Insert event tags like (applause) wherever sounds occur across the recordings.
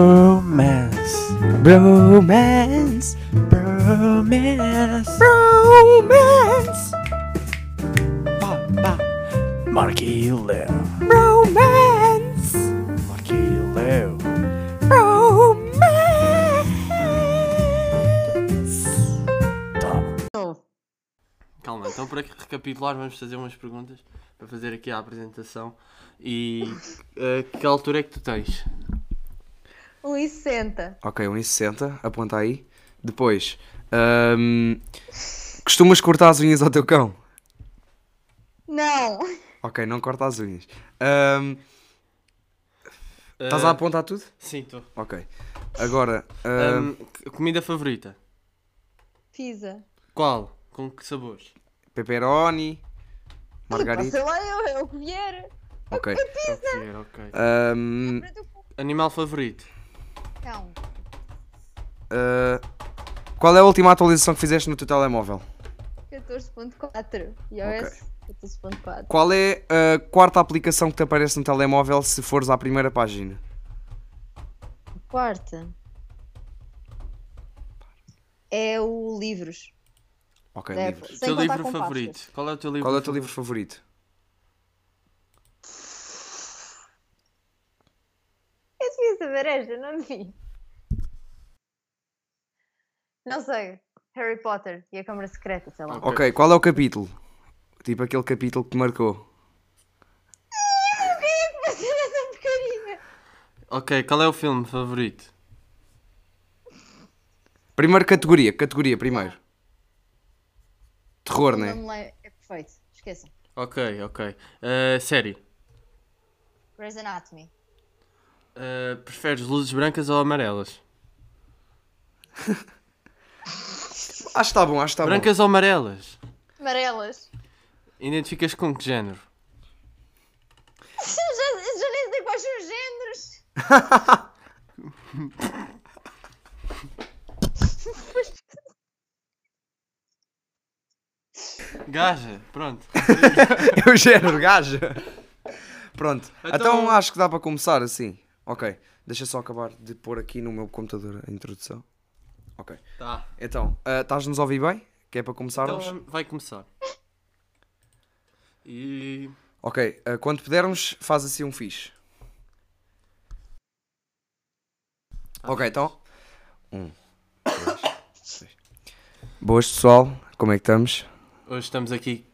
Bromance. Bromance. Bromance. Bromance. Pá, pá. Mark e Leo. Bromance. Mark e Leo. Bromance. Toma. Calma, então para recapitular vamos fazer umas perguntas para fazer aqui a apresentação. E eh, que altura é que tu tens? 1,60. Ok, 1,60, aponta aí. Depois, ahm, costumas cortar as unhas ao teu cão? Não. Ok, não corta as unhas. Ahm, estás a Eh, Eh, apontar tudo? Sim, estou. Ok. Agora, ahm, Ahm, c- comida favorita? Pisa. Qual? Com que sabores? pepperoni, Margarida. margarita. Sei lá, eu, eu comer. Ok. Ok, ok. Eh, Ahm, Para tu comer. Animal favorito? Não. ah, qual é a última atualização que fizeste no teu telemóvel? 14.4. iOS 14.4. Qual é a quarta aplicação que te aparece no telemóvel se fores à primeira página? Quarta. É o livros. Ok, É, livros. Sem teu contar livro com favorito? Qual é o teu livro Qual é o teu livro favorito? Eu devia saber esta, não vi. Não sei. Harry Potter e a Câmara Secreta, sei lá. Ok. Ok, qual é o capítulo? Tipo aquele capítulo que te marcou. Mas era essa porcaria. Ok, qual é o filme favorito? Primeiro categoria, categoria primeiro. Terror, O né? nome lá é é perfeito. Esqueçam. Ok, ok. Eh, série? Grey's Anatomy. Eh, preferes luzes brancas ou Tá amarelas? Acho que está bom, acho que está bom. (laughs) brancas ou amarelas? Amarelas. Identificas com que género? Já, já nem sei quais são os géneros. Gaja, pronto. É o género, gajo. Pronto, então... Então- acho que dá para começar assim. Ok, deixa só acabar de pôr aqui no meu computador a introdução. Ok, Tá. então, ah, estás-nos a ouvir bem? Que é para começarmos? Então vai começar. E. Ok, ah, quando pudermos, faz assim um fixe. ok, então. Um, dois, três. Boas, pessoal. Como é que estamos? Hoje estamos aqui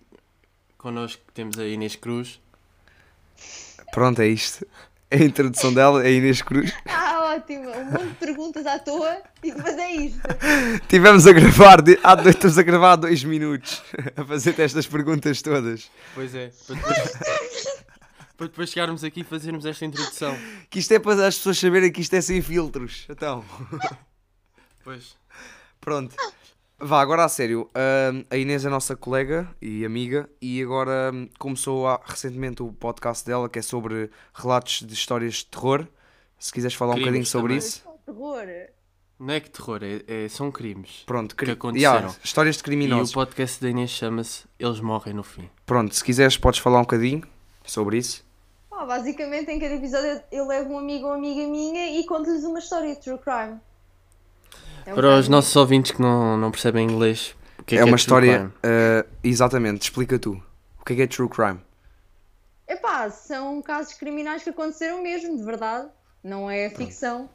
connosco, temos a Inês Cruz. Pronto, é isto. A introdução dela é Inês Cruz. Ah, ótimo. Um monte de perguntas à toa e depois é isto. Tivemos a gravar, de... há dois, estamos a gravar há dois minutos a fazer estas perguntas todas. Pois é, para depois, (laughs) para depois chegarmos aqui e fazermos esta introdução. Que isto é para as pessoas saberem que isto é sem filtros. Então, Pois. pronto. Vá, agora a sério. Ahm, a Inês é nossa colega e amiga e agora hum, começou há- recentemente o podcast dela que é sobre relatos de histórias de terror. Se quiseres falar um Crimes bocadinho sobre também. isso. Terror. Não é que terror, é, é- são crimes. Pronto, cri- aconteceram. Yeah, histórias de E o criminosos. podcast da Inês chama-se Eles Morrem no Fim. Pronto, se quiseres podes falar um bocadinho sobre isso. Pá, basicamente, em cada episódio eu- eu levo um amigo ou amiga minha e conto-lhes uma história de true crime. É um Para os bocado- nossos ouvintes que não, não percebem inglês, o que é, é, uma que true história. crime? ah, exatamente, explica tu. O que é que é true crime? Epá, são casos criminais que aconteceram mesmo, de verdade. Não é ficção.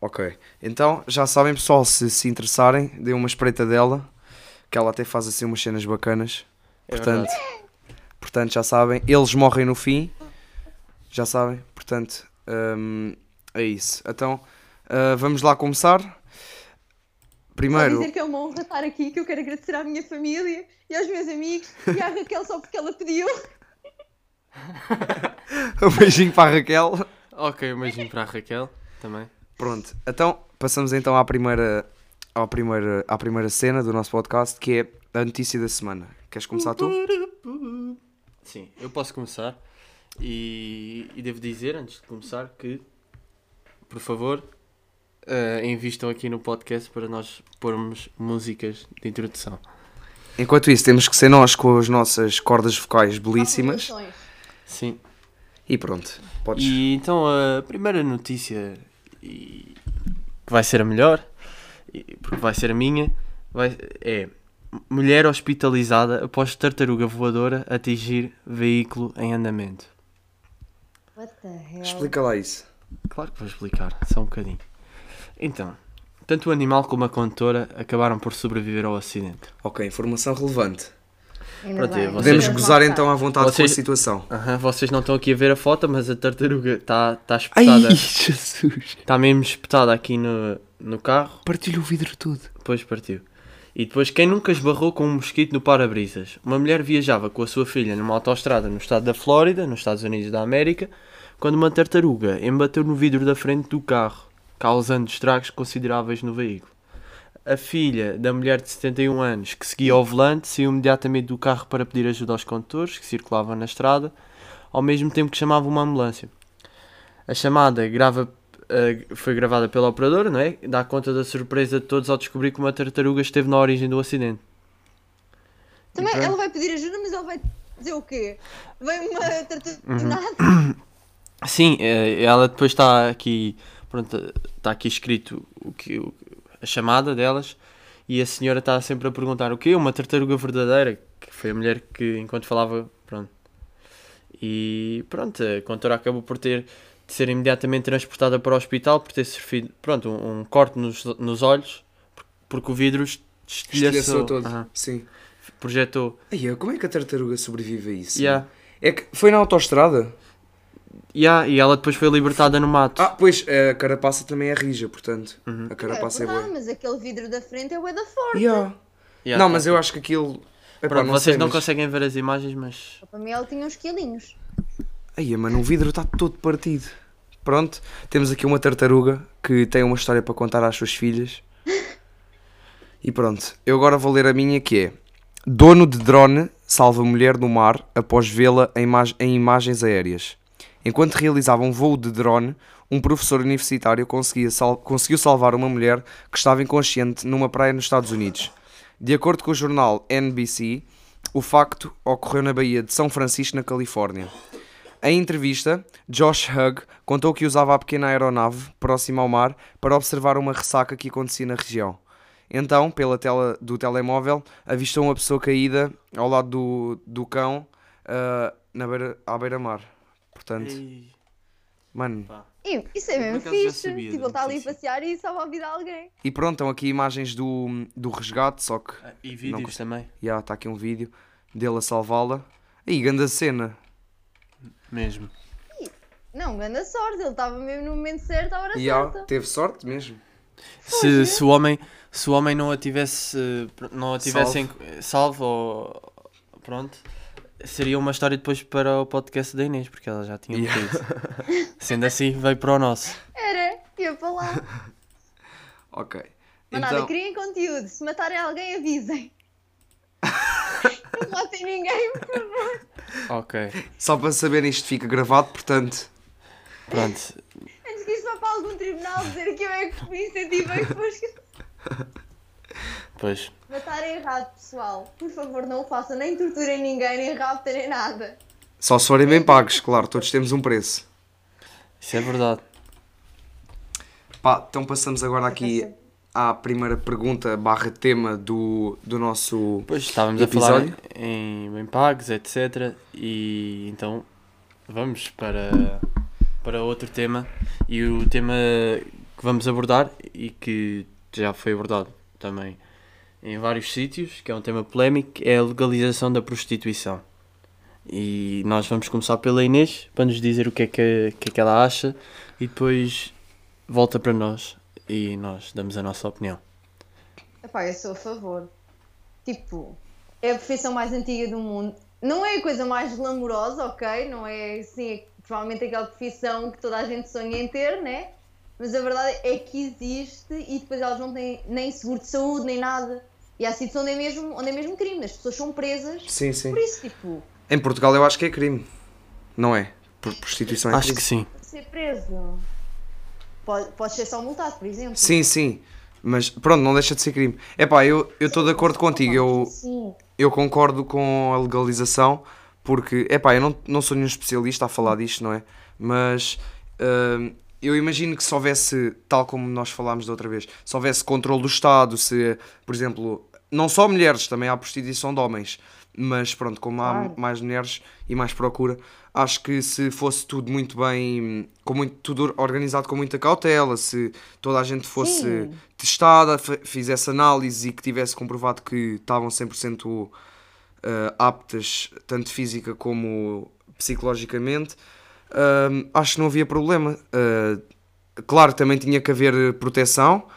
Ok. Então, já sabem, pessoal, se se interessarem, dêem uma espreita dela, que ela até faz assim umas cenas bacanas. É portanto, portanto, já sabem, eles morrem no fim. Já sabem, portanto, hum, é isso. Então, ah, vamos lá começar. Só Primeiro, dizer que é uma honra estar aqui, que eu quero agradecer à minha família e aos meus amigos e à Raquel só porque ela pediu. (laughs) um beijinho para a Raquel. Ok, um beijinho para a Raquel também. Pronto, então passamos então à primeira, à primeira, à primeira cena do nosso podcast que é a notícia da semana. Queres começar tu? Sim, eu posso começar. E, e devo dizer, antes de começar, que, por favor, eh, invistam aqui no podcast para nós pormos músicas de introdução. Ah, Enquanto isso, temos que ser nós com as nossas cordas vocais belíssimas Saudações. Sim, E pronto, podes. E então a primeira notícia e- que vai ser a melhor, e- porque vai ser a minha, vai- é mulher hospitalizada após tartaruga voadora atingir veículo em andamento. What the hell? Explica lá isso. Claro que vou explicar, só um bocadinho. Então, tanto o animal como a condutora acabaram por sobreviver ao acidente. Ok, informação relevante. Ainda Pronto, bem. eu vou- Podemos Vocês- gozar então à vontade com a Vocês- situação. Aham, vocês não estão aqui a ver a foto, mas a tartaruga está tá Ai, (laughs) espetada. Jesus. Está mesmo espetada aqui no, no carro. Partilho o vidro todo. Depois partiu. E depois, quem nunca esbarrou com um mosquito no para-brisas? Uma mulher viajava com a sua filha numa autoestrada no estado da Flórida, nos Estados Unidos da América, quando uma tartaruga embateu no vidro da frente do carro, causando estragos consideráveis no veículo. A filha da mulher de 71 anos, que seguia ao volante, saiu imediatamente do carro para pedir ajuda aos condutores que circulavam na estrada, ao mesmo tempo que chamava uma ambulância. A chamada grava, eh, foi gravada pela operadora, não é? Dá conta da surpresa de todos ao descobrir que uma tartaruga esteve na origem do acidente. Também pronto. ele vai pedir ajuda, mas ele vai dizer o quê? Vem uma Uhum. tartaruga Sim, eh, ela depois está aqui, pronto, está aqui escrito o que, o- a chamada delas e a senhora está sempre a perguntar o quê? Uma tartaruga verdadeira, que foi a mulher que enquanto falava, pronto. E pronto, a contora acabou por ter de ser imediatamente transportada para o hospital por ter sofrido, pronto, um, um corte nos, nos olhos, por- porque o vidro est- estilhaçou, Estilhaçou todo. Aham, Sim. projetou. Aí, como é que a tartaruga sobrevive a isso? Yeah. É que foi na autoestrada? Yeah, e ela depois foi libertada no mato. Ah, pois, a carapaça também é rija, portanto. Uhum. A carapaça é Ah, boa. mas aquele vidro da frente é o da forte. Yeah. Yeah, não, tá. mas eu acho que aquilo. Epá, Pronto, vocês sei, não mas- conseguem ver as imagens, mas. Para mim ele tinha uns quilinhos. Aí, mano, o vidro está todo partido. Pronto, temos aqui uma tartaruga que tem uma história para contar às suas filhas. E pronto, eu agora vou ler a minha que é: Dono de drone salva mulher no mar após vê-la em, imag- em imagens aéreas. Enquanto realizava um voo de drone, um professor universitário conseguia sal- conseguiu salvar uma mulher que estava inconsciente numa praia nos Estados Unidos. De acordo com o jornal NBC, o facto ocorreu na Baía de São Francisco, na Califórnia. Em entrevista, Josh Hugg contou que usava a pequena aeronave próxima ao mar para observar uma ressaca que acontecia na região. Então, pela tela do telemóvel, avistou uma pessoa caída ao lado do, do cão ah, na beira, à beira-mar. Portanto, Ei, mano. pá. E, isso é Eu, por mesmo acaso, já fixe. sabia Tipo, da ele está ali a notícia. passear e salva a vida a alguém. E pronto, estão aqui imagens do, do resgate, só que Ah, E vídeos consigo. também, já está aqui um vídeo dele a salvá-la. Aí, grande cena. mesmo. Não, grande sorte. Ele estava mesmo no momento Tá certo, à hora Já, certa. teve sorte mesmo. Se, se, o homem, se o homem não a tivesse, eh, pr- não a tivesse Salvo. em- eh, salvo, ou- pronto, seria uma história depois para o podcast da Inês, porque ela já tinha Yeah. morrido. Sendo assim, veio para o nosso. Era, ia para lá. Ok. Então, Mas nada, criem conteúdo. Se matarem alguém, avisem. Não matem ninguém. Ok, Só para saberem, isto fica gravado, portanto. pronto. Antes que isto vá para algum tribunal dizer que eu é que me incentivei depois que Pois, matarem errado, pessoal. Por favor, não o façam. Nem torturem ninguém, nem raptem, nem nada. Só se forem bem pagos, claro, todos temos um preço. isso é verdade. Pá, então passamos agora aqui à primeira pergunta barra tema do, do nosso. Pois, estávamos a Episódio? falar em, em bem pagos, etc. E então vamos para, para outro tema. E o tema que vamos abordar e que já foi abordado também em vários sítios, que é um tema polémico, é a legalização da prostituição. E nós vamos começar pela Inês para nos dizer o que é que, o que, é que ela acha e depois volta para nós e nós damos a nossa opinião. Epá, eu sou a favor. Tipo, é a profissão mais antiga do mundo. Não é a coisa mais glamourosa, ok? Não é assim, é provavelmente aquela profissão que toda a gente sonha em ter, né? Mas a verdade é que existe e depois elas não têm nem seguro de saúde, nem nada. E há sítios onde é mesmo, onde é mesmo crime, as pessoas são presas. Sim, sim. Por isso, tipo, Em Portugal eu acho que é crime. Não é? Por prostituição é Acho que crime. sim. ser preso pode, pode ser só multado, por exemplo. Sim, sim. Mas pronto, não deixa de ser crime. É pá, eu estou de acordo contigo. Eu, Sim. eu concordo com a legalização Porque, epá, eu não, não sou nenhum especialista a falar disto, não é? Mas hum, eu imagino que se houvesse, tal como nós falámos da outra vez, se houvesse controle do Estado, se, por exemplo, não só mulheres, também há prostituição de homens, mas pronto, como há Claro. mais mulheres e mais procura, acho que se fosse tudo muito bem, com muito, tudo organizado com muita cautela, se toda a gente fosse Sim. testada, fa- fizesse análise e que tivesse comprovado que estavam 100% eh, aptas, tanto física como psicologicamente, hum, acho que não havia problema. Eh, claro, também tinha que haver proteção,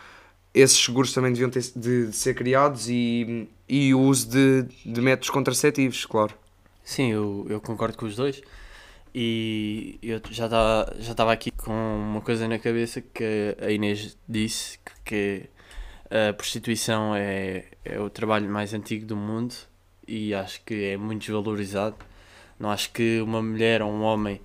esses seguros também deviam ter, de, de ser criados e, e o uso de, de métodos contraceptivos, claro. Sim, eu, eu concordo com os dois. E eu já estava já estava aqui com uma coisa na cabeça que a Inês disse, que, que a prostituição é, é o trabalho mais antigo do mundo e acho que é muito desvalorizado. Não acho que uma mulher ou um homem,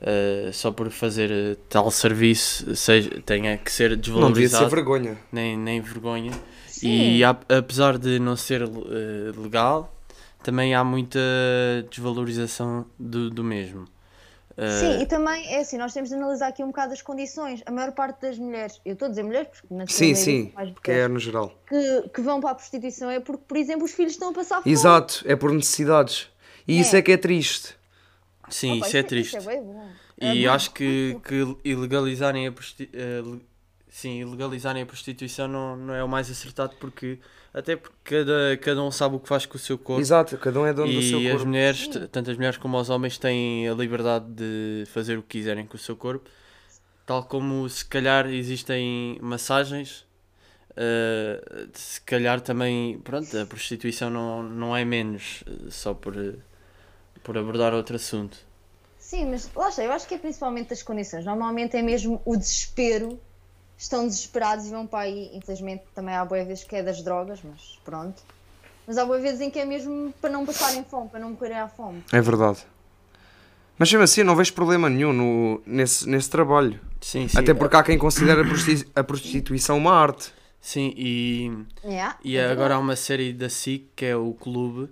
eh, só por fazer eh, tal serviço, seja, tenha que ser Não devia ser desvalorizado, vergonha. nem, nem vergonha. Sim. E a- apesar de não ser eh, legal, também há muita desvalorização do, do mesmo. Eh, Sim, e também é assim, nós temos de analisar aqui um bocado as condições. A maior parte das mulheres, eu estou a dizer mulheres porque na sua Sim, maioria sim, são é mais porque é no geral. mulheres, que, que vão para a prostituição é porque, por exemplo, os filhos estão a passar fome. Exato, é por necessidades. E isso É. é que é triste. sim, Opa, isso é triste. Isso é bué bom. E É bom. acho que, que ilegalizarem a prosti- eh, le- sim, ilegalizarem a prostituição não, não é o mais acertado porque até porque cada, cada um sabe o que faz com o seu corpo. Exato, cada um é dono do seu E as corpo. mulheres, t- tanto as mulheres como os homens, têm a liberdade de fazer o que quiserem com o seu corpo, tal como se calhar existem massagens, eh, se calhar também, pronto, a prostituição não, não é menos, eh, só por, eh, por abordar outro assunto. Sim, mas lá está, eu acho que é principalmente as condições. Normalmente é mesmo o desespero. Estão desesperados e vão para aí. Infelizmente também há boas vezes que é das drogas, mas pronto. Mas há boas vezes em que é mesmo para não passarem fome, para não morrerem à fome. É verdade. Mas mesmo assim, não vejo problema nenhum no, nesse, nesse trabalho. Sim, é. sim. Até porque há quem considera a prosti- a prostituição uma arte. Sim, e Yeah, E é agora há uma série da SIC que é o Clube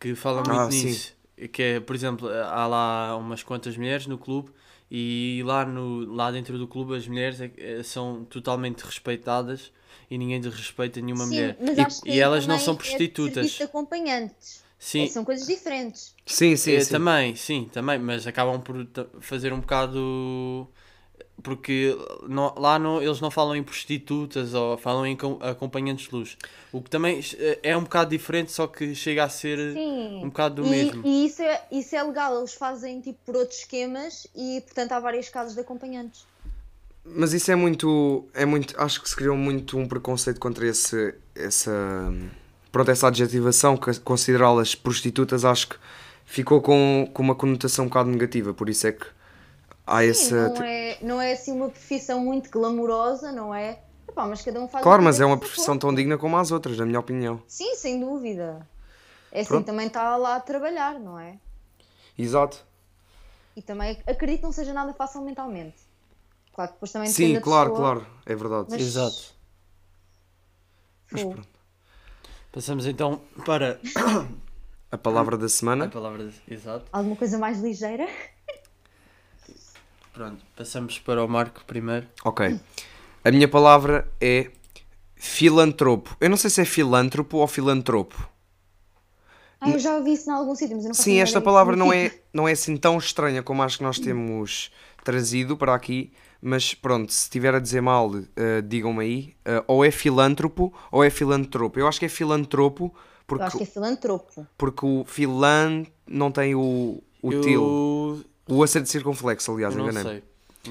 que fala muito Ah, sim. nisso. Que é, por exemplo, há lá umas quantas mulheres no clube e lá, no, lá dentro do clube as mulheres é- é- são totalmente respeitadas e ninguém desrespeita nenhuma Sim, mulher. mas E- acho que e elas não também são é de prostitutas. serviço de acompanhantes. Sim, É, são coisas diferentes. Sim, sim, eh, sim. também, sim, também, mas acabam por ta- fazer um bocado porque não- lá não, eles não falam em prostitutas ou falam em com- acompanhantes de luz. O que também eh, é um bocado diferente, só que chega a ser Sim. um bocado do e, mesmo. e isso é, isso é legal, eles fazem tipo por outros esquemas e portanto há várias casas de acompanhantes. Mas isso é muito, é muito. Acho que se criou muito um preconceito contra esse, essa. Pronto, essa adjetivação, que considerá-las prostitutas, acho que ficou com, com uma conotação um bocado negativa. Por isso é que há Sim, essa. não, é, não é assim uma profissão muito glamourosa, não é? Epá, mas cada um faz. o Claro, que mas quer é uma com o seu profissão corpo. tão digna como as outras, na minha opinião. Sim, sem dúvida. É assim, Pronto. também está lá a trabalhar, não é? Exato. E também ac- acredito que não seja nada fácil mentalmente. Claro que depois também depende Sim, da claro, pessoa. claro. É verdade. Mas- Exato. Fogo. Passamos então para (coughs) A palavra da a semana. palavra de- exato. Alguma coisa mais ligeira? Pronto, passamos para o Marco primeiro. Ok. A minha palavra é filantropo. Eu não sei se é filântropo ou filantropo. Ah, eu já ouvi isso em algum sítio, mas eu não faço Sim, ideia esta do palavra não é, significa. não é assim tão estranha como acho que nós temos trazido para aqui, mas pronto, se estiver a dizer mal, eh, digam-me aí. Eh, ou é filântropo ou é filantropo. Eu acho que é filantropo Eu acho que porque, é filantropo. porque o filan não tem o, o eu til. O acento circunflexo, eu aliás, não enganei. sei.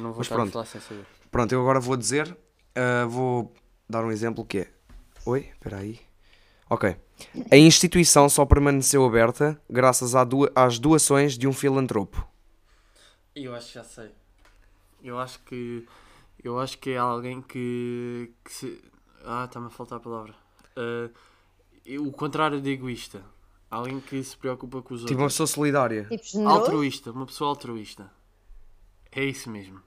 Não vou Mas estar a pronto. falar sem saber. Pronto, eu agora vou dizer, ah, vou dar um exemplo que é. Oi, espera aí. Ok. A instituição só permaneceu aberta graças à doa- às doações de um filantropo. Eu acho que já sei. Eu acho que eu acho que é alguém que, que se Ah, está-me a faltar a palavra. Ah, eu- o contrário de egoísta. Alguém que se preocupa com os Tipo um uma outros. pessoa solidária. Tipo generoso. Altruísta, uma pessoa altruísta. É isso mesmo.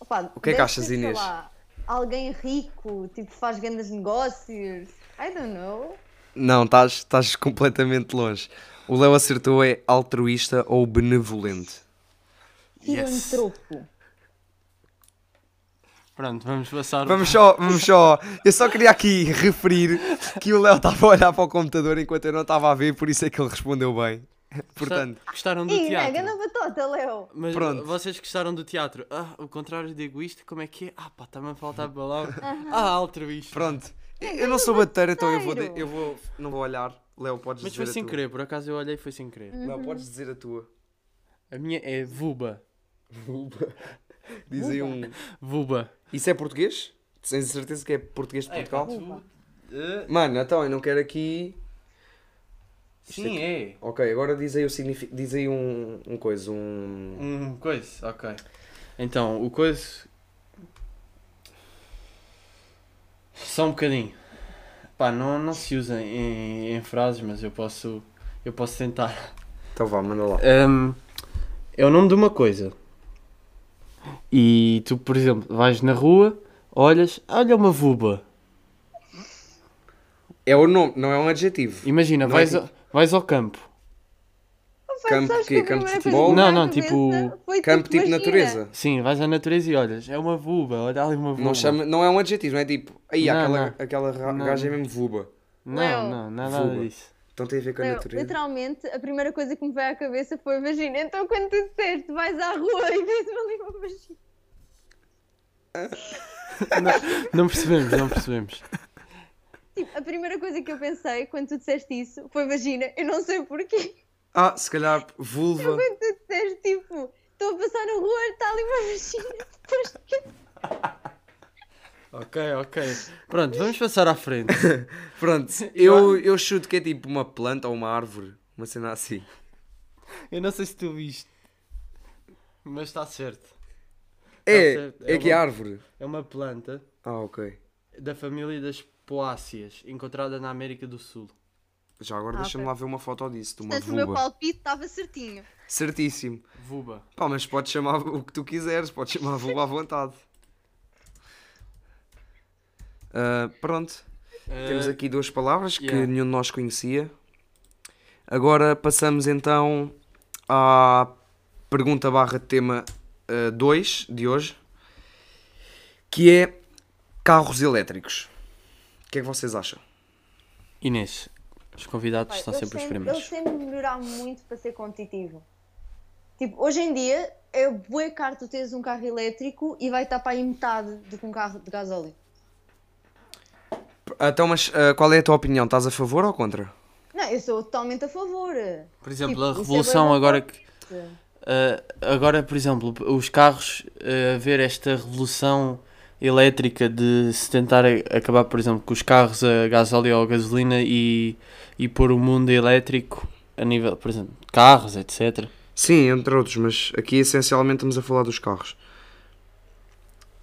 Opa, O que é que deve achas, ser, sei Inês? lá, alguém rico, tipo faz grandes negócios. I don't know. Não, estás estás (laughs) completamente longe. O Léo acertou é altruísta ou benevolente. Yes. Filantropo. Pronto, vamos passar. Vamos só, vamos só. Eu só queria aqui referir que o Léo estava a olhar para o computador enquanto eu não estava a ver, por isso é que ele respondeu bem. Portanto, gostaram do Ih, teatro. mega na batota, Léo. Mas Pronto. vocês gostaram do teatro? Ah, o contrário de egoísta, como é que é? Ah, pá, está-me a faltar (laughs) a palavra. ah, altruísta. pronto. Eu não sou bateiro, então eu vou, de- Bateiro. eu vou. Não vou olhar. Léo, podes Mas dizer. foi a sem tua. Uhum. querer, por acaso eu olhei e foi sem querer. Léo, podes dizer a tua. A minha é Vuba. (laughs) Dizem um. Vuba. Isso é português? Tens certeza que é português de Portugal? Eh, Mano, então, eu não quero aqui. sim, é. Ok, agora diz aí, o signifi... diz aí um, um coisa, um. Um coisa, ok. Então, o coisa. Só um bocadinho. Pá, não, não se usa em, em frases, mas eu posso, eu posso tentar. Então vá, manda lá. Hum, é o nome de uma coisa. E tu, por exemplo, vais na rua, olhas, olha uma vuba. É o nome, não é um adjetivo. Imagina, Não é vais, tipo- ao, vais ao campo. Opa, Campo sabes quê? que a Campo de primeira coisa futebol? que Não, me não, veio à tipo- cabeça foi Campo tipo imagina. natureza. Sim, vais à natureza e olhas, é uma vuba, olha ali uma vuba. Não, chama, não é um adjetivo, não é tipo. Aí, Não, aquela, não. aquela ra- Não. gaja é mesmo vuba. não, não, é nada Vuba. disso. Então tem a ver com a Não, natureza. literalmente, a primeira coisa que me veio à cabeça foi vagina. Então, quando tu disseste, vais à rua e vês ali uma vagina. Não percebemos, não percebemos. Tipo, a primeira coisa que eu pensei quando tu disseste isso foi vagina. Eu não sei porquê. Ah, se calhar (laughs) vulva. Quando tu disseste, tipo, estou a passar na rua, está ali uma vagina. (laughs) Depois, (laughs) ok, ok. Pronto, vamos passar à frente. Pronto, eu, eu chuto que é tipo uma planta ou uma árvore. Uma cena assim. Eu não sei se tu viste, mas está certo. É, certo, é é que é uma- árvore. É uma planta Ah, ok. da família das poáceas, encontrada na América do Sul. Já agora Ah, deixa-me ok. lá ver uma foto disso, de uma portanto, o é meu vulva. palpite estava certinho. Certíssimo. Vuba. Pá, mas podes chamar o que tu quiseres, podes chamar vulva à vontade. Ah, pronto, temos Eh, aqui duas palavras yeah. que nenhum de nós conhecia. Agora passamos então à pergunta barra tema 2 de hoje, que é carros elétricos. O que é que vocês acham? Inês, os convidados Pai, estão eles sempre os têm- primeiros. Eles têm de melhorar muito para ser competitivo. Tipo, hoje em dia é bué caro tu teres um carro elétrico e vai estar para aí metade do que um carro de gasóleo. Então, mas ah, qual é a tua opinião? Estás a favor ou contra? Não, eu sou totalmente a favor. Por exemplo, Tipo, a isso é revolução bué agora que. bom. Ah, agora, por exemplo, os carros, ah, a ver esta revolução elétrica de se tentar a- acabar, por exemplo, com os carros a gasóleo ou a gasolina e, e pôr o mundo elétrico a nível, por exemplo, de carros, etc. Sim, entre outros, mas aqui essencialmente estamos a falar dos carros.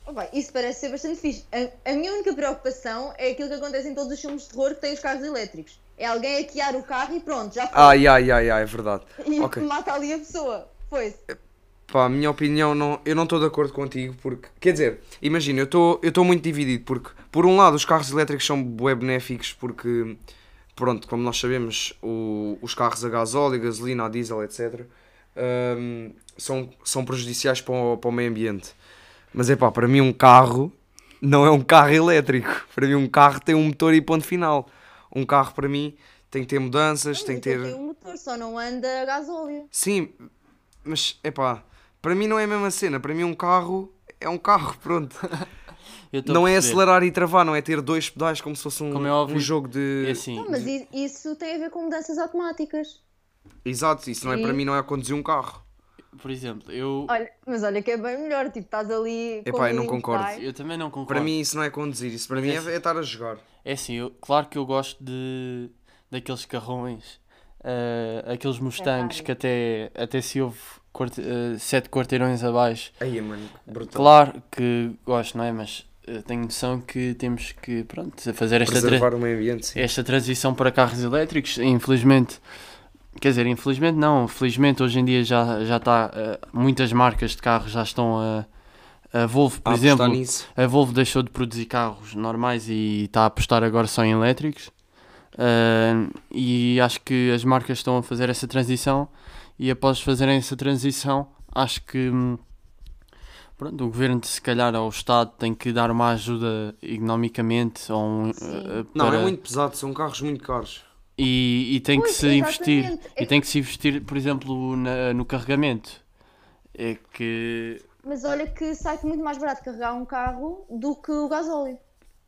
Oh, bem, isso parece ser bastante fixe. A, a minha única preocupação é aquilo que acontece em todos os filmes de terror que têm os carros elétricos. É alguém a guiar o carro e pronto, já Ah, foi. Ai, ai, ai, ai, é verdade. (laughs) e ok. mata ali a pessoa. Foi-se. Pá, a minha opinião, não, eu não estou de acordo contigo porque, quer dizer, imagina, eu estou eu estou muito dividido porque, por um lado, os carros elétricos são bué benéficos porque, pronto, como nós sabemos, o- os carros a gasóleo, gasolina, a diesel, etc., hum, são, são prejudiciais para o, para o meio ambiente. Mas é pá, para mim um carro não é um carro elétrico. (laughs) Para mim um carro tem um motor e ponto final. Um carro, para mim, tem que ter mudanças, tem que ter... Tem um motor, só não anda a gasóleo. Sim, mas é pá, para mim não é a mesma cena. Para mim, um carro é um carro, (laughs) pronto. Eu estou a Não é perceber. acelerar e travar, não é ter dois pedais como se fosse um, Como é óbvio, um jogo de. É assim, Não, mas i- isso tem a ver com mudanças automáticas. Exato, isso não é para mim, não é conduzir um carro. por exemplo, eu, Olha, mas olha que é bem melhor, tipo, estás ali. Epá, com o eu não menino concordo. pai. eu também não concordo. Para mim, isso não é conduzir, isso para mim é, é estar a jogar. É assim, eu- claro que eu gosto de daqueles carrões, ah, aqueles Mustangs que até, até se houve quarte- ah, sete quarteirões abaixo. Aí, mano, brutal. Claro que gosto, não é? Mas eh, tenho noção que temos que pronto, fazer esta, tra- Preservar o meio ambiente, sim. esta transição para carros elétricos. Infelizmente, quer dizer, infelizmente não, felizmente hoje em dia já, já está. eh, muitas marcas de carros já estão a. A Volvo, por Há de Ah, apostar exemplo, nisso. tá a Volvo deixou de produzir carros normais e está a apostar agora só em elétricos. Ah, e acho que as marcas estão a fazer essa transição e após fazerem essa transição, acho que hum, pronto, o governo, se calhar, ou o Estado tem que dar uma ajuda economicamente ou um, Sim. ah, Não, para- é muito pesado, são carros muito caros. e, e tem Pois, que se investir exatamente. É e tem que se investir, por exemplo, na- no carregamento. É que Mas olha que sai muito mais barato carregar um carro do que o gasóleo.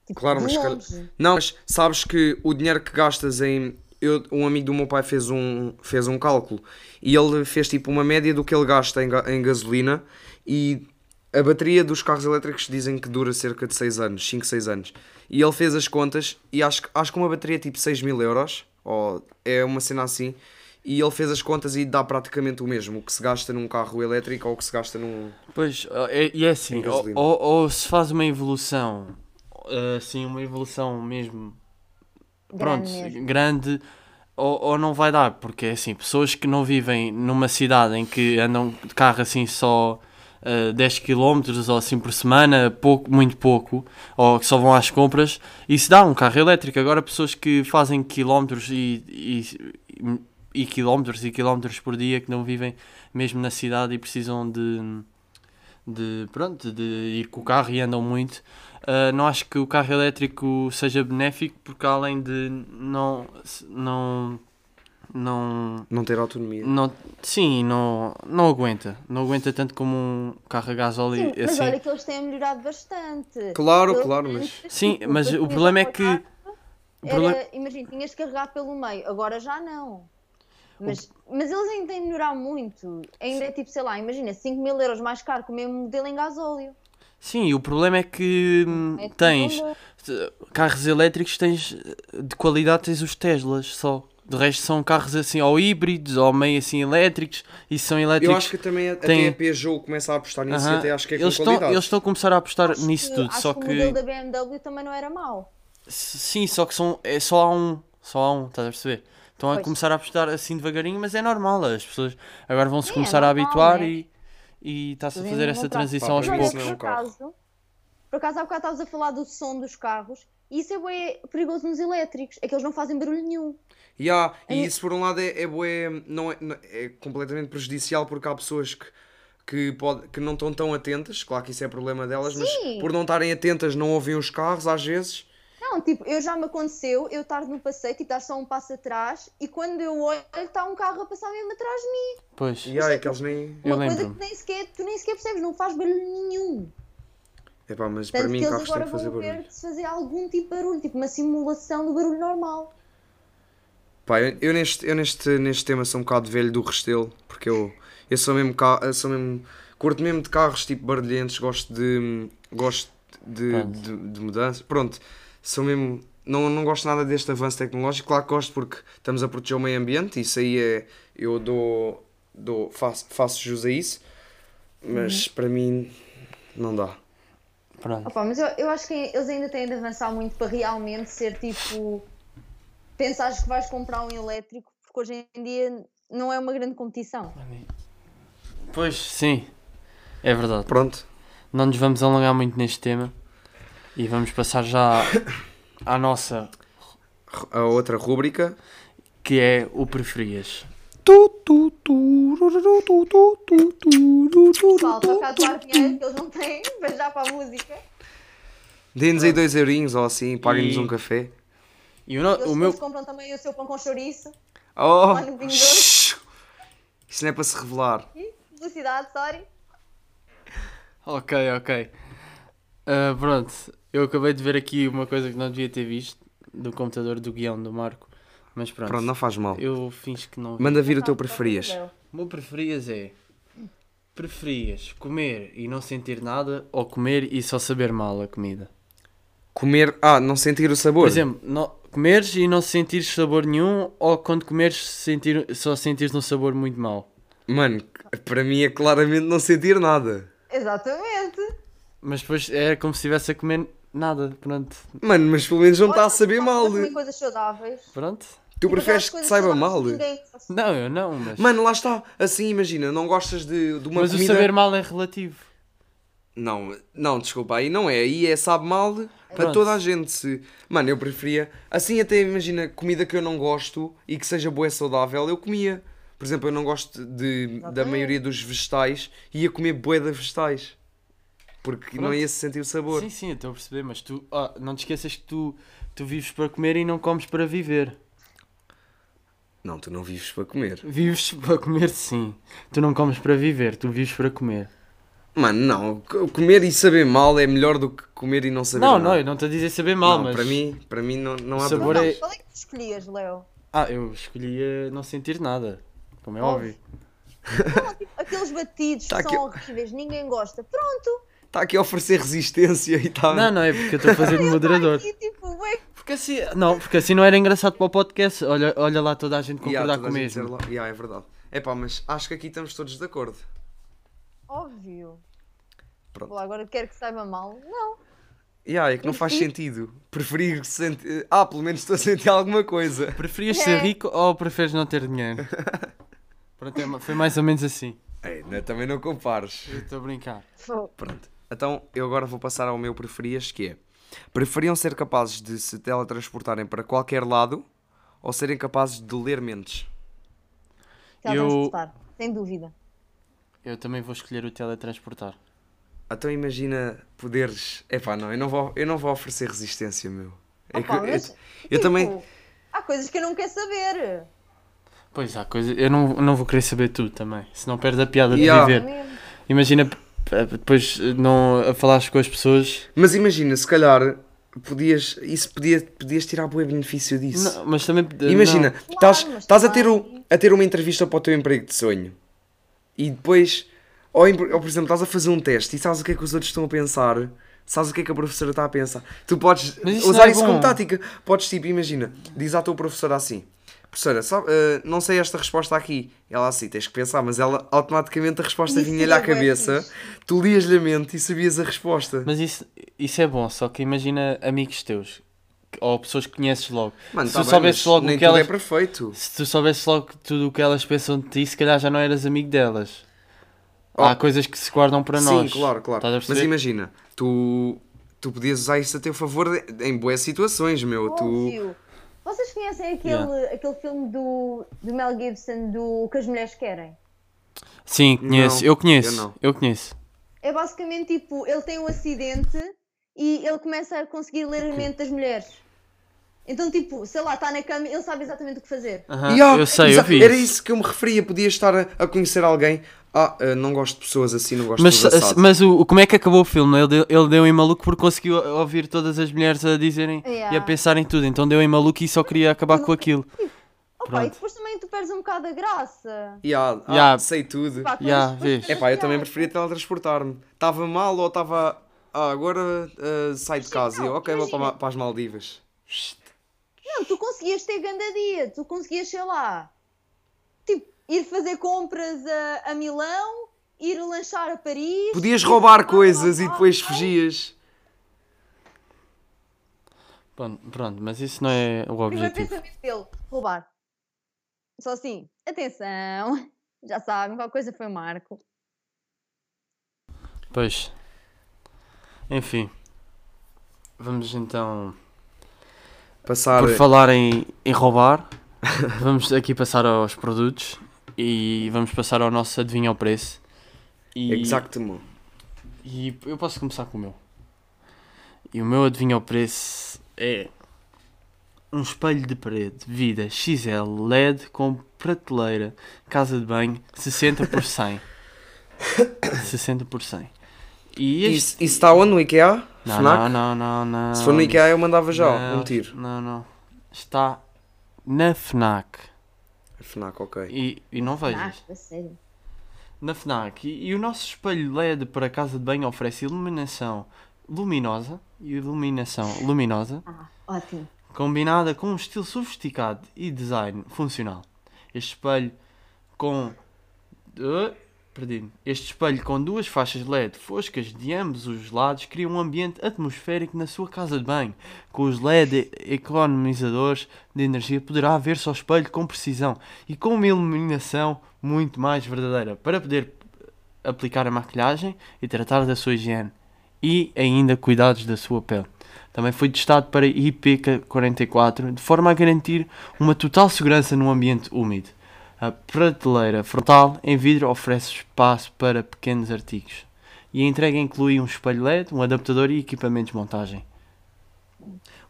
Tipo, Claro, de mas se calhar- longe. Não, mas sabes que o dinheiro que gastas em. Eu, um amigo do meu pai fez um, fez um cálculo e ele fez tipo uma média do que ele gasta em, ga- em gasolina e a bateria dos carros elétricos dizem que dura cerca de 6 anos, 5, 6 anos. E ele fez as contas e acho, que- acho que uma bateria é tipo 6 mil euros, ou é uma cena assim, e ele fez as contas e dá praticamente o mesmo, o que se gasta num carro elétrico ou o que se gasta num. Pois, é, e é assim, Em ou, gasolina. ou- ou se faz uma evolução, eh, assim, uma evolução mesmo, pronto, Grande mesmo. grande, ou, ou não vai dar, porque é assim, pessoas que não vivem numa cidade em que andam de carro assim só eh, 10 km ou assim por semana, pouco, muito pouco, ou que só vão às compras, isso dá um carro elétrico. Agora, pessoas que fazem quilómetros e- e, e, e quilómetros e quilómetros por dia que não vivem mesmo na cidade e precisam de, de pronto, de ir com o carro e andam muito. Ah, não acho que o carro elétrico seja benéfico porque além de não não não não ter autonomia. não sim não não aguenta não aguenta tanto como um carro a gasóleo Sim, e mas assim olha que eles têm melhorado bastante. é Claro, Eles claro, antes, mas. sim tipo, mas quando o tinhas problema é lá que uma o Era, problema- Imagina, tinhas que carregar pelo meio, agora já não. Mas, mas eles ainda têm de melhorar muito. Ainda é tipo, sei lá, imagina, 5 mil euros mais caro que o mesmo modelo em gasóleo. sim o problema é que hum, É tipo, tens não- Se- carros elétricos tens eh, de qualidade tens os Teslas só de resto são carros assim ou híbridos ou meio assim elétricos e são Eu elétricos acho que também até Tipo, tem- a Peugeot começa a apostar nisso e Aham. até acho que é com eles estão qualidade. eles estão a começar a apostar acho nisso que- tudo acho só o que modelo da BMW também não era mau. s- sim só que são é só há um só há um estás a perceber estão a Pois. começar a apostar assim devagarinho mas é normal as pessoas agora vão se Sim, é começar a normal, habituar né? e e está-se a Mas fazer ainda essa não tá. transição Pá, aos para mim Olha, isso poucos não é por um carro. acaso, por acaso há bocado estavas a falar do som dos carros e isso é bué perigoso nos elétricos, é que eles não fazem barulho nenhum. Ya, Em- E isso por um lado é, é, bué- não é, não- é completamente prejudicial porque há pessoas que, que, pode, que não estão tão atentas, claro que isso é problema delas, mas Sim. por não estarem atentas não ouvem os carros às vezes. Não, tipo, eu já me aconteceu, eu estar no passeio, tipo, dar só um passo atrás e quando eu olho está um carro a passar mesmo atrás de mim. pois E yeah, é que eles nem. eu Uma coisa lembro que nem sequer, tu nem sequer percebes, não faz barulho nenhum. Epá, mas para Tanto mim que eles carros têm agora que fazer vão barulho. ver se fazer algum tipo de barulho, tipo uma simulação do barulho normal. Pá, eu, eu neste, eu neste, neste tema sou um bocado velho do Restelo, porque eu, eu sou mesmo, ca- eu sou mesmo. Curto mesmo de carros tipo barulhentos, gosto de. Gosto de, Pronto. de, de mudança. Pronto, sou mesmo. Não, não gosto nada deste avanço tecnológico. Claro que gosto porque estamos a proteger o meio ambiente, isso aí é. Eu dou. dou faço, faço jus a isso, Uhum. mas para mim não dá. pronto Opa, mas eu, eu acho que eles ainda têm de avançar muito para realmente ser tipo. Pensares que vais comprar um elétrico, porque hoje em dia não é uma grande competição. pois sim é verdade Pronto, não nos vamos alongar muito neste tema e vamos passar já à nossa, a outra rúbrica. que é o preferias. Tu, tu, tu, rururu, tu, tu, tu, tu, rururu, Falta tu, cá tu, doar dinheiro que eles não têm, (laughs) mas já para a música. Dê-nos aí dois eurinhos ou assim, paguem-nos E- um café. E o, no- Eles, o meu. eles compram também o seu pão com chouriço. Oh! Olha, vingador. Shhh. Isso não é para se revelar. Ih, Velocidade, sorry. Ok, ok. Ah, pronto, eu acabei de ver aqui uma coisa que não devia ter visto do computador do guião do Marco, mas pronto. Pronto, não faz mal. Eu finjo que não. vi. Manda vir o teu preferias. O meu preferias é. Preferias comer e não sentir nada ou comer e só saber mal a comida? Comer. Ah, não sentir o sabor. Por exemplo, não- comeres e não sentires sabor nenhum ou quando comeres sentir, só sentires um sabor muito mau? Mano, para mim é claramente não sentir nada. Exatamente. Mas depois era como se estivesse a comer nada, pronto. Mano, mas pelo menos não está a saber Olha, mal. eu comi coisas saudáveis. Pronto? Tu Tipo, preferes que aquelas te coisas saiba saudáveis mal. que ninguém gosta. Não, eu não, mas... Mano, lá está. Assim, imagina, não gostas de, de uma mas o comida. saber mal é relativo. Não, não, desculpa, aí não é. Aí é sabe mal para Pronto. toda a gente. Se... Mano, eu preferia. Assim, até imagina comida que eu não gosto e que seja boa e saudável, eu comia. Por exemplo, eu não gosto de, da Exatamente. maioria dos vegetais e ia comer bué de vegetais. Porque não Pronto. ia se sentir o sabor. Sim, sim, eu estou a perceber, mas tu ah, não te esqueças que tu, tu vives para comer e não comes para viver. Não, tu não vives para comer. Vives para comer, sim. Tu não comes para viver, tu vives para comer. Mano, não. c- Comer e saber mal é melhor do que comer e não saber não, nada. não, eu não estou a dizer saber mal, Não, mas. para mim, para mim não, não o há sabor problema. é- Qual é que tu escolhias, Léo? Ah, eu escolhi eh, não sentir nada, como é Oh. Óbvio. óbvio. Não, tipo, aqueles batidos Tá que aqui- são horríveis, ninguém gosta. Pronto, Está Tá aqui a oferecer (laughs) resistência e tal. Não, não, é porque eu estou (laughs) a fazer de moderador. e tipo, ué, Porque assim, não, porque assim não era engraçado para o podcast. Olha, olha lá toda a gente E há concordar toda com a o gente mesmo. dizer lá- Yeah, é verdade. É pá, mas acho que aqui estamos todos de acordo. óbvio. Pronto. Pô, agora quero que saiba mal. Não, Yeah, é que não faz Sim. sentido. Preferir sentir. Ah, pelo menos estou a sentir alguma coisa. Preferias ser É. rico ou preferes não ter dinheiro? (laughs) Pronto, é ma- foi mais ou menos assim. Ei, não- também não compares. Eu estou a brincar. Fô, Pronto. Então eu agora vou passar ao meu preferias, que é. Preferiam ser capazes de se teletransportarem para qualquer lado ou serem capazes de ler mentes? teletransportar, sem dúvida. Eu também vou escolher o teletransportar. Então imagina poderes. Epá, não, eu não vou, eu não vou oferecer resistência, meu. É Opa, que eu- mas, eu, eu tipo, também. Há coisas que eu não quero saber. Pois há coisa, eu não, não vou querer saber tudo também, senão perde a piada de Yeah. viver. Mesmo. Imagina p- p- depois eh, não a falares com as pessoas, Mas imagina, se calhar podias. Isso podia, podias tirar bom benefício disso. Não, mas também eh, Imagina, não. estás, mas estás a, ter também- o, a ter uma entrevista para o teu emprego de sonho e depois, ou, em- ou, por exemplo, estás a fazer um teste e sabes o que é que os outros estão a pensar, sabes o que é que a professora está a pensar. Tu podes Mas isso usar não é isso bom. como tática. Podes, tipo, imagina, diz à tua professora assim: Professora, sabe, eh, não sei esta resposta aqui. Ela assim, tens que pensar, mas ela automaticamente a resposta Isso vinha-lhe à é bué cabeça, tu lias-lhe a mente e sabias a resposta. Mas isso, isso é bom, só que imagina amigos teus que- ou pessoas que conheces logo. Mano, se tá tu bem, soubesses mas logo nem o que tudo é elas, perfeito. se tu soubesses logo tudo o que elas pensam de ti, se calhar já não eras amigo delas. Oh. Há coisas que se guardam para nós. Sim, claro, claro. Estás a Mas perceber? imagina, tu, tu podias usar isso a teu favor de- em boas situações, meu. Tu... Óbvio. Vocês conhecem aquele, aquele filme do, do Mel Gibson do O que as mulheres querem? Sim, conheço, Não, eu conheço, eu eu, não. conheço. É basicamente tipo, ele tem um acidente e ele começa a conseguir ler a mente das mulheres. Então, tipo, sei lá, está na cama, ele sabe exatamente o que fazer. Aham, E, ah, eu sei, eu exa- vi. Era isso. isso que eu me referia. Podias estar a, a conhecer alguém. Ah, ah, não gosto de pessoas assim, não gosto Mas, de pessoas assim. (laughs) mas o, o- como é que acabou o filme? Ele deu, ele deu em maluco porque conseguiu ouvir todas as mulheres a dizerem e a Yeah. pensar em tudo. Então deu em maluco e só queria acabar com aquilo. Opa, e Pronto. depois também tu perdes um bocado a graça. Yeah, ah, Yeah. sei tudo. Pá, depois- Yeah, depois vês. perdes É pá, eu a também graça. preferia teletransportar-me. Estava mal ou estava. Ah, agora ah, sai de Sim, casa. e eu, não, ok, vou para, imagina. ma- para as Maldivas. Não, tu conseguias ter grande dia, tu conseguias, sei lá, tipo, ir fazer compras a, a Milão, ir lanchar a Paris. Podias roubar Ah, coisas e ah, depois ah. fugias. Pronto, pronto, mas isso não é o Primeiro objetivo. pensamento dele, roubar. Só assim, atenção, (laughs) já sabem, qualquer coisa foi o Marco. Pois. Enfim. Vamos então. Passar. Por falar em, em roubar, (laughs) vamos aqui passar aos produtos e vamos passar ao nosso adivinha o preço. E, Exactement. e eu posso começar com o meu. E o meu adivinha o preço é um espelho de parede, vida XL, LED com prateleira, casa de banho, 60 (laughs) por 100. 60 por 100. E este... Isso isso está onde? No IKEA? Não, Fnac? não, não, não, não. Se for no IKEA eu mandava já Não, um tiro. Não, não. Está na FNAC. Fnac, ok. E, e não Ah, vejas. a sério. Na FNAC. E, e o nosso espelho LED para a casa de banho oferece iluminação luminosa e iluminação luminosa Ah, ótimo. combinada com um estilo sofisticado e design funcional. Este espelho com. Ah, Perdi-me. Este espelho com duas faixas LED foscas de ambos os lados cria um ambiente atmosférico na sua casa de banho. Com os LED e- economizadores de energia poderá ver-se ao espelho com precisão e com uma iluminação muito mais verdadeira. Para poder aplicar a maquilhagem e tratar da sua higiene e ainda cuidados da sua pele. Também foi testado para IPK44 de forma a garantir uma total segurança num ambiente úmido. A prateleira frontal em vidro oferece espaço para pequenos artigos e a entrega inclui um espelho LED, um adaptador e equipamentos de montagem.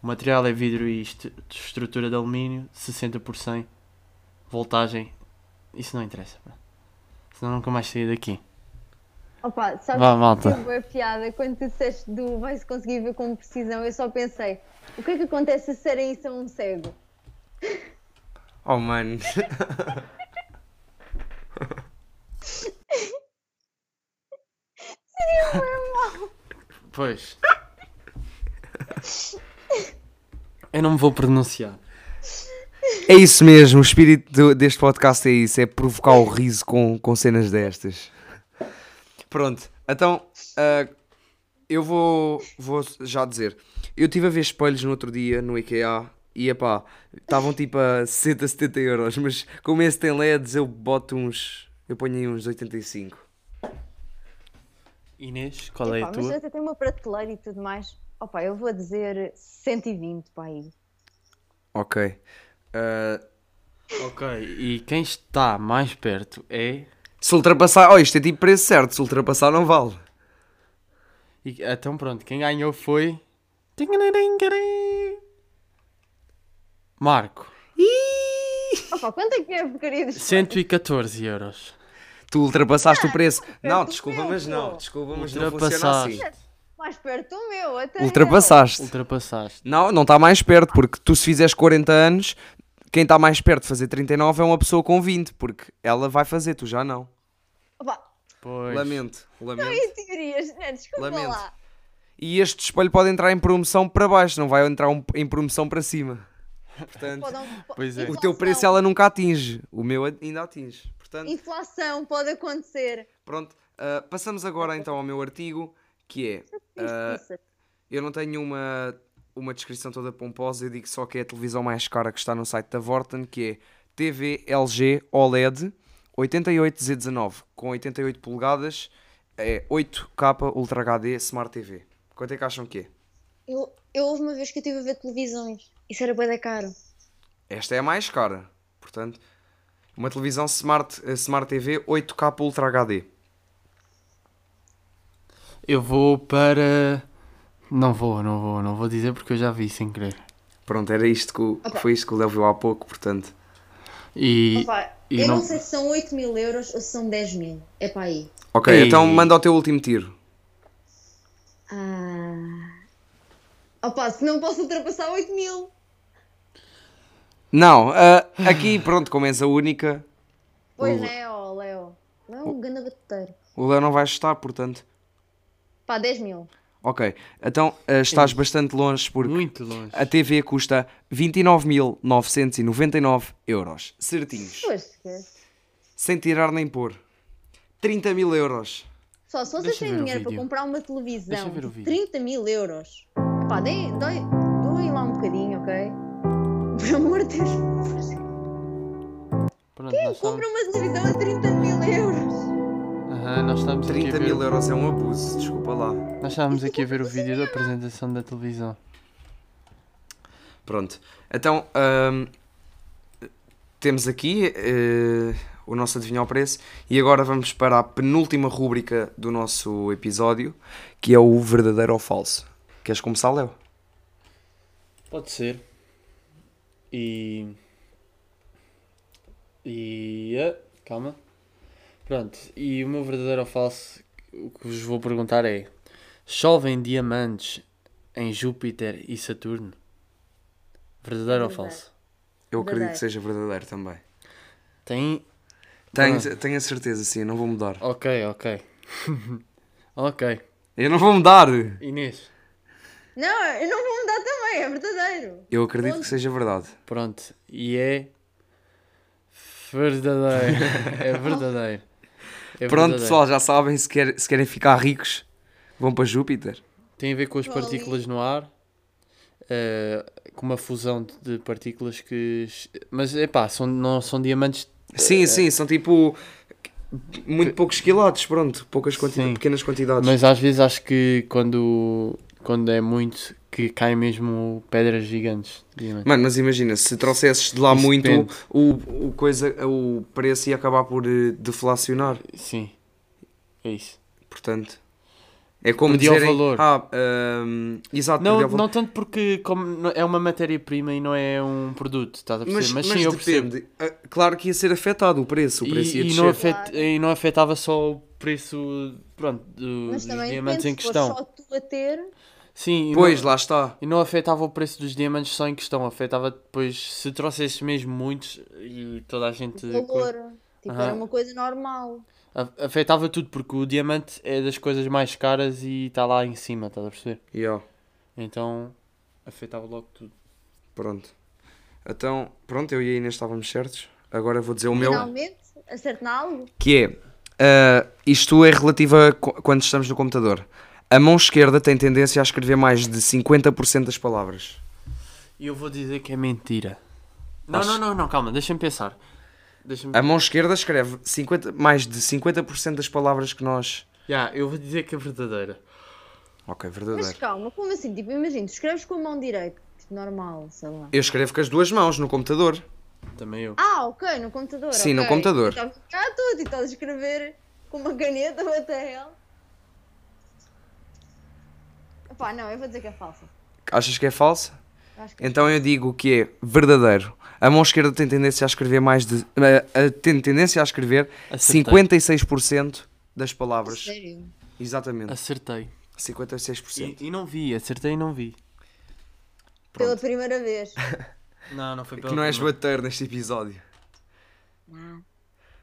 O material é vidro e est- estrutura de alumínio, 60 por 100, voltagem, isso não interessa. pá. Senão nunca mais saí daqui. Opa, sabes Vá, que malta. boa piada quando tu disseste do vai-se conseguir ver com precisão, eu só pensei, o que é que acontece se serem isso a um cego? Oh, mano. Pois. Eu não me vou pronunciar. (laughs) É isso mesmo, o espírito do- deste podcast é isso, é provocar o riso com, com cenas destas. Pronto, então ah, eu vou, vou já dizer. Eu estive a ver espelhos no outro dia no IKEA e epá, estavam tipo a 60, 70 euros, mas como esse tem LEDs eu boto uns, eu ponho aí uns 85. Inês, qual é Epá, a mas tua? até tem uma prateleira e tudo mais. Opa, eu vou dizer 120 para aí. Ok. Ah, é- Ok, e quem está mais perto é. se ultrapassar, oh isto é tipo preço certo, se ultrapassar não vale. e- Então pronto, quem ganhou foi. Marco, Opa, quanto é que é a porcaria dos 114 euros. Tu ultrapassaste o preço. é Não, do desculpa, meu, mas não, pô. desculpa, mas não funciona assim. Ultrapassaste. mais perto do meu? até eu. Ultrapassaste. Ultrapassaste. Não, não está mais perto, porque tu se fizeres 40 anos, quem está mais perto de fazer 39 é uma pessoa com 20, porque ela vai fazer, tu já não. Opa, Pois. Lamento, lamento. e teorias, né? Desculpa Lamento. lá. E este espelho pode entrar em promoção para baixo, não vai entrar um- em promoção para cima. Portanto, Podem- po- Pois é. o teu preço ela nunca atinge, o meu a- ainda atinge. Portanto, Inflação pode acontecer. pronto, ah, passamos agora então ao meu artigo, que é... ah, Justiça. Eu não tenho uma, uma descrição toda pomposa, eu digo só que é a televisão mais cara que está no site da Vorten, que é TV LG OLED 88Z19, com 88 polegadas, é 8K Ultra HD Smart TV. Quanto é que acham que é? Eu, eu houve uma vez que eu estive a ver televisões. Isso era bué da caro. Esta é a mais cara, portanto, uma televisão Smart, eh, Smart TV 8K Ultra HD. Eu vou para. Não vou, não vou, não vou dizer porque eu já vi sem querer. Pronto, era isto que, o- Opa. foi isto que o Léo viu há pouco, portanto, E. Opa, e eu não... não- sei se são 8 mil euros ou se são 10 mil. É para aí. ok, Ei. então manda o teu último tiro. Ah... Opa, se não posso ultrapassar 8 mil. Não, ah, aqui pronto, como és a única, Pois O- não é, ó, Léo. Não é um grande bateteiro. o Léo não vai estar, portanto... Pá, 10 mil. Ok, então ah, estás bastante longe porque Muito longe. a TV custa 29.999 euros, certinhos, Pois, esquece. sem tirar nem pôr. 30 mil euros. Só se vocês Deixa eu têm ver o dinheiro para vídeo. comprar uma Deixa televisão eu ver o de vídeo. 30 mil euros, pá, deem, doem, doem lá um bocadinho, ok? (laughs) Por amor de Deus, Pronto, é nós estamos, compra uma televisão a 30 mil euros. Aham, nós estamos aqui a 30 ver, mil euros é um abuso, desculpa lá. nós estávamos aqui a ver o vídeo da apresentação da televisão. Pronto, então ahm, temos aqui eh, o nosso adivinhar o preço e agora vamos para a penúltima rúbrica do nosso episódio que é o verdadeiro ou falso. Queres começar, Léo? Pode ser. E. E. ah, calma. Pronto, e o meu verdadeiro ou falso, o que vos vou perguntar é: chovem diamantes em Júpiter e Saturno? Verdadeiro ou Verdadeiro. falso? Eu acredito que Verdadeiro. seja verdadeiro também. Tem. Ah. Tenho, tenho a certeza, sim, eu não vou mudar. Ok, ok. (laughs) ok. Eu não vou mudar! Inês, Não, eu não vou mudar também, é verdadeiro. Eu acredito que seja verdade. pronto, e é. Verdadeiro. (laughs) É verdadeiro. É Pronto, verdadeiro. pessoal, já sabem, se, quer- se querem ficar ricos, vão para Júpiter. Tem a ver com as Trolley. partículas no ar, eh, com uma fusão de- de partículas que. es- Mas é pá, são, não são diamantes. Sim, sim, são tipo. Muito poucos quilates, pronto. Poucas quantidades, Sim. pequenas quantidades. Mas às vezes acho que quando, quando é muito que caem mesmo pedras gigantes. diamante. Mano, mas imagina, se trouxesses de lá Isso muito, depende. o, o, coisa, o preço ia acabar por eh, deflacionar. Sim. É isso. Portanto, é como Perdia o dizerem... valor. Ah, ahm, exato, Não, perdia o valor. não tanto porque como não- é uma matéria-prima e não é um produto, estás a mas, perceber? Mas, mas sim, eu percebo. depende. Ah, Claro que ia ser afetado o preço, o preço ia E, e, descer. não afet- e não afetava só o preço pronto, do- dos Mas também diamantes depende, em se for só questão. tu a ter, Sim, e Pois, não- lá está. E não afetava o preço dos diamantes só em questão, afetava depois se trouxesse mesmo muitos e toda a gente. o valor. Tipo, era Aham. uma coisa normal. A- Afetava tudo, porque o diamante é das coisas mais caras e está lá em cima, estás a perceber? Yeah, Então afetava logo tudo. pronto. Então, pronto, eu e a Inês estávamos certos. Agora vou dizer o meu. Finalmente, acerta em algo. que é ah, isto é relativo a qu- quando estamos no computador. A mão esquerda tem tendência a escrever mais de 50% das palavras. E eu vou dizer que é mentira. Não, Acho- Ah. não, não, não, calma, deixa-me pensar. Deixa-me. A mão esquerda escreve 50, mais de 50% das palavras que nós. Ya, eu vou dizer que é verdadeira. Ok, Mas verdadeiro. calma, como assim? Tipo, imagina, tu escreves com a mão direita, tipo, normal, sei lá. Eu escrevo com as duas mãos no computador. Também eu. Ah, ok, no computador. Sim, no ok. computador. Estás a ficar tudo e estás a escrever com uma caneta ou até ela. Pá, não, eu vou dizer que é falsa. Achas que é falso? Acho que Então eu digo que é verdadeiro. A mão esquerda tem tendência a escrever mais de. a- a- tem tendência a escrever Acertei. 56% das palavras. sério. Exatamente. Acertei. 56%. E, e não vi, acertei e não vi. Pela primeira (laughs) vez. Não, não foi pela É Que não és primeira. bater neste episódio. Não.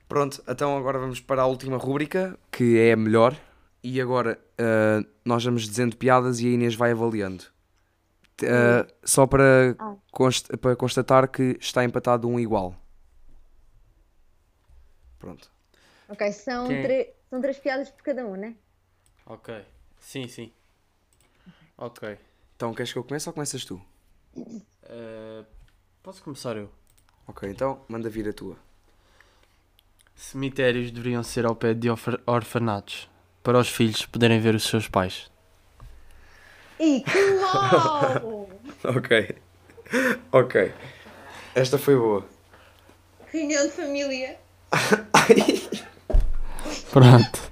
Pronto, então agora vamos para a última rúbrica, que é a melhor. E agora ah, nós vamos dizendo piadas e a Inês vai avaliando. T- ah, só para, Ah. const- para constatar que está empatado um igual. Pronto. Ok, são, é? Quem? tre- são três piadas por cada um, né? Ok. Sim, sim. Ok. Então queres que eu comece ou começas tu? Eh, posso começar eu? Ok, então manda vir a tua. Cemitérios deveriam ser ao pé de orfa- orfanatos para os filhos poderem ver os seus pais. Ih, que (laughs) mal! Ok. ok. Esta foi (laughs) boa. Reunião de família. (laughs) Pronto.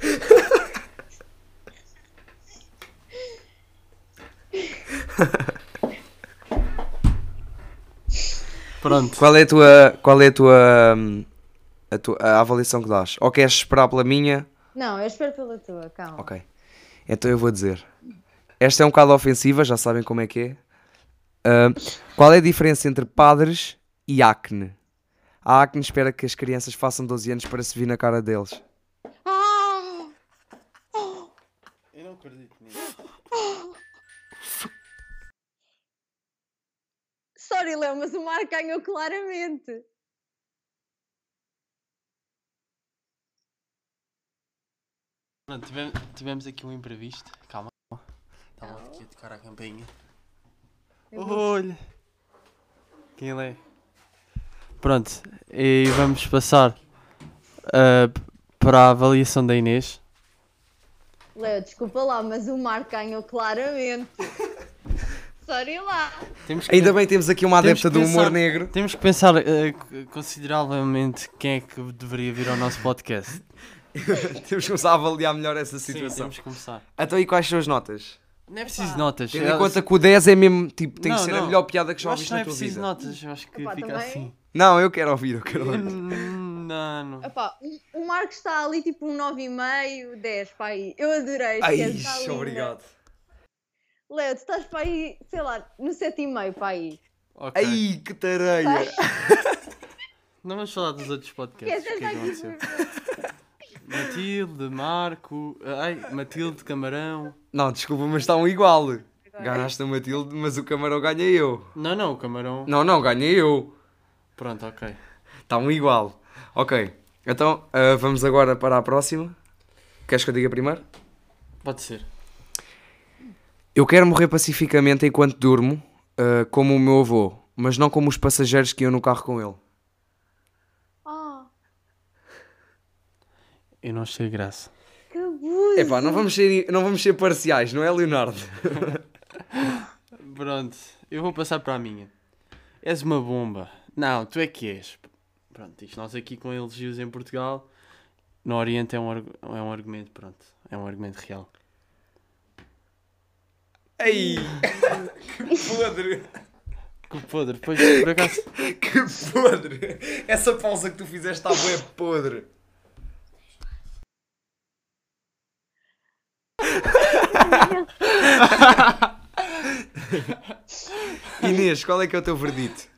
Pronto. Qual é a tua. Qual é a tua. hum, A, tua, a avaliação que dás? Ou queres esperar pela minha? Não, eu espero pela tua, calma. Ok. Então eu vou dizer. Esta é um bocado ofensiva, já sabem como é que é. Ahm, qual é a diferença entre padres e acne? A acne espera que as crianças façam 12 anos para se vir na cara deles. Ah! Eu não acredito nisso. Sorry, Léo, mas o Marco ganhou claramente. Pronto, tivemos, tivemos aqui um imprevisto. Calma. Estava aqui a tocar a campainha. Olha! Quem ele é? Pronto, e vamos passar ah, p- para a avaliação da Inês. Léo, desculpa lá, mas o Marco ganhou claramente. Sorry lá. Temos que Ainda bem temos aqui uma Temos adepta que do humor pensar- negro. (laughs) Temos que pensar eh, c- consideravelmente quem é que deveria vir ao nosso (laughs) podcast. temos que começar a avaliar melhor essa Sim, situação. temos que começar. então e quais são as notas? Não é preciso notas. Tendo eu- em conta que o 10 é mesmo, tipo, tem que Não, ser a não. melhor piada que eu já acho ouviste que não é na tua preciso vida. notas, eu acho que Opa, fica também. assim. Não, eu quero ouvir, eu quero ouvir. Hum, Não, não. Epá, o- o Marco está ali tipo um 9,5, 10 para aí. Eu adorei. Ai, esquece, está linda. obrigado. Léo, tu estás para aí, sei lá, no 7,5 para aí. Ok. Ai, que tareia. Não vamos falar dos outros podcasts. O que é que Esquece, aconteceu? estás aqui. Matilde, Marco. Ai, Matilde, Camarão. Não, desculpa, mas está um igual. Ganhaste a Matilde, mas o camarão ganha eu. Não, não, o Camarão. Não, não, ganha eu. Pronto, ok. Está um igual. Ok, então ah, vamos agora para a próxima. Queres que eu diga primeiro? Pode ser. Eu quero morrer pacificamente enquanto durmo, ah, como o meu avô, mas não como os passageiros que iam no carro com ele. Ah, Eu não achei graça. Cabuz! Epá, não vamos ser, não vamos ser parciais, não é, Leonardo? Pronto, eu vou passar para a minha. És uma bomba. Não, tu é que és. Pronto, isto nós aqui com elogios em Portugal, no Oriente é um, argu- é um argumento, pronto. É um argumento real. Ei! (laughs) que podre! Que podre, pois por acaso. (laughs) Que podre! Essa pausa que tu fizeste estava é podre. Inês, qual é que é o teu verdito?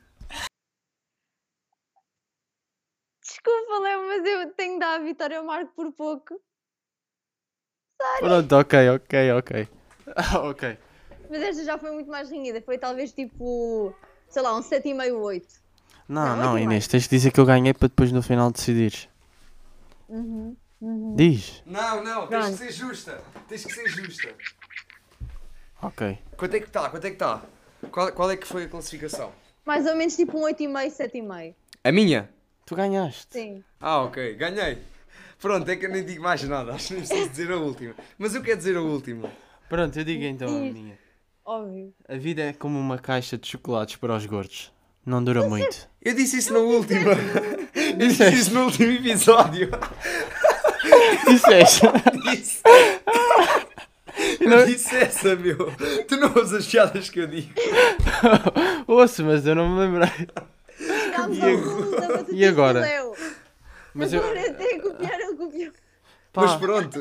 Desculpa, Léo, mas eu tenho de dar a vitória ao Marco por pouco. Pronto, ok, ok, ok. Ah, (laughs) ok. Mas esta já foi muito mais renhida. Foi talvez tipo, sei lá, um 7,5, 8. Não, é Não, não, vai. Inês, tens de dizer que eu ganhei para depois no final decidires. Uhum, Diz. Não, não, tens que ser justa. Tens que ser justa. Ok. Quanto é que está? Quanto é que está? Qual, qual é que foi a classificação? Mais ou menos tipo um 8,5, 7,5. A minha? Tu ganhaste. Sim. Ah, ok, ganhei. Pronto, é que eu nem digo mais nada, acho que nem preciso dizer a última. Mas eu quero dizer a última. Pronto, eu digo então a minha. Óbvio. A vida é como uma caixa de chocolates para os gordos. Não dura muito. Eu disse isso na última. é- (laughs) Eu disse isso no último episódio. Disseste. (laughs) Disse. Eu disse essa, meu. é, Tu não ouves as piadas que eu digo. Ouço, mas eu não me lembrei. Chegámos ao fundo da batutista E agora? do Léo. Mas eu. Agora até copiar, ele copiou. Pá, Mas pronto.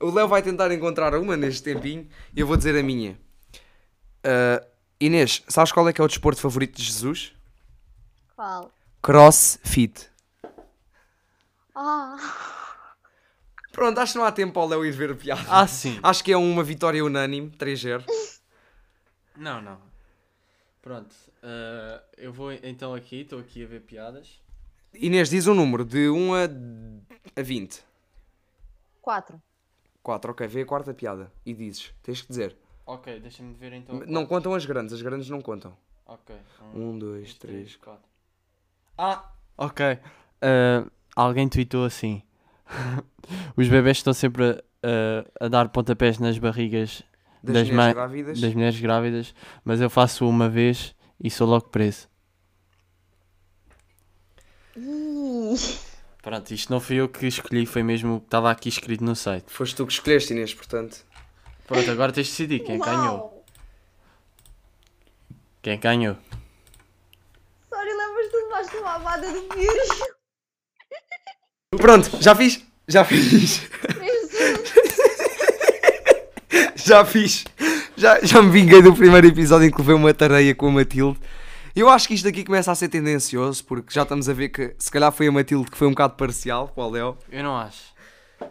O Léo vai tentar encontrar uma neste tempinho e eu vou dizer a minha. Ah, Inês, sabes qual é que é o desporto favorito de Jesus? Qual? Crossfit. Ah, Pronto, acho que não há tempo ao Léo ir ver a piada. Ah, sim. Acho que é uma vitória unânime, 3-0. Não, não. Pronto. ah, eu vou então aqui, estou aqui a ver piadas. Inês, diz um número de 1 a, a 20. 4. 4, ok, vê a quarta piada e dizes, tens que dizer. Ok, deixa-me ver então. M- Não contam as grandes, as grandes não contam. Ok. então- 1, 2, 3. 4. Ah! Ok. ah, alguém tweetou assim. (laughs) Os bebés estão sempre a, a- a dar pontapés nas barrigas Das, Das mulheres ma- grávidas. das mulheres grávidas, mas eu faço uma vez e sou logo preso. Pronto, isto não fui eu que escolhi, foi mesmo o que estava aqui escrito no site. Foste tu que escolheste, Inês, portanto. Pronto, agora tens de decidir quem ganhou. Uau! Quem ganhou? Sorry, lembras-te de mais uma abada do vírus? (laughs) Pronto, já fiz, já fiz, (laughs) um. já fiz. Já, já me vinguei do primeiro episódio em que levei uma tareia com a Matilde. Eu acho que isto aqui começa a ser tendencioso, porque já estamos a ver que se calhar foi a Matilde que foi um bocado parcial para o Léo. Eu não acho.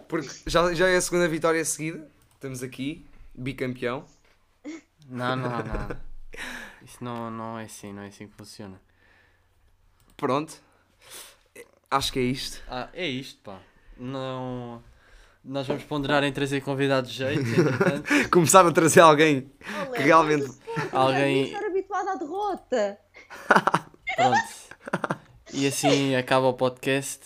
Porque já, já é a segunda vitória seguida. Estamos aqui, bicampeão. Não, não, não. Isso não, não é assim, não é assim que funciona. Pronto. Acho que é isto. (laughs) Ah, é isto, pá. Não. Nós vamos ponderar em trazer convidados de jeito, (laughs) entretanto. Começar a trazer alguém que realmente. Alguém- Estar habituado à derrota. Pronto. E assim acaba o podcast.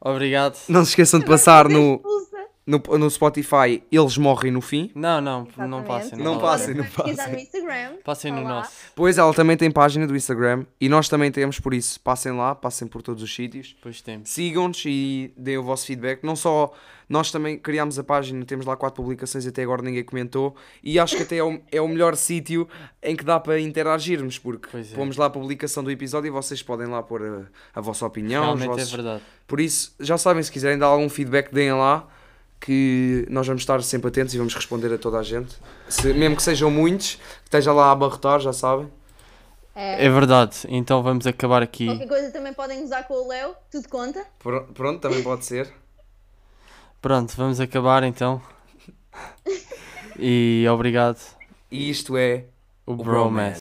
Obrigado. Não se esqueçam de passar no, Expulsa. no, no Spotify Eles Morrem no Fim. Não, não, não passem. Exatamente. Não passem, não Podem pesquisar passem. no Instagram. Passem Tá no lá. nosso. Pois ela também tem página do Instagram e nós também temos, por isso passem lá, passem por todos os sítios. Depois temos. Sigam-nos e deem o vosso feedback. Não só nós também criámos a página, temos lá quatro publicações até agora ninguém comentou. E acho que até é o, é o melhor sítio em que dá para interagirmos, porque Pois é. pomos lá a publicação do episódio e vocês podem lá pôr a, a vossa opinião. os Realmente é vossos- verdade. Por isso, já sabem, se quiserem dar algum feedback, deem lá, que nós vamos estar sempre atentos e vamos responder a toda a gente. Se- mesmo que sejam muitos, que esteja lá a abarrotar, já sabem. É. É verdade. Então vamos acabar aqui. Qualquer coisa também podem usar com o Léo. Tudo conta. Pro- Pronto, também pode ser. Pronto, vamos acabar então. E obrigado. E isto é O Bromance.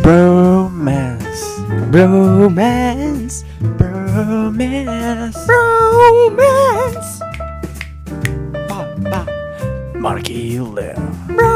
Bromance. Bromance, Bromance. bromance, bromance, Marquilha. bromance.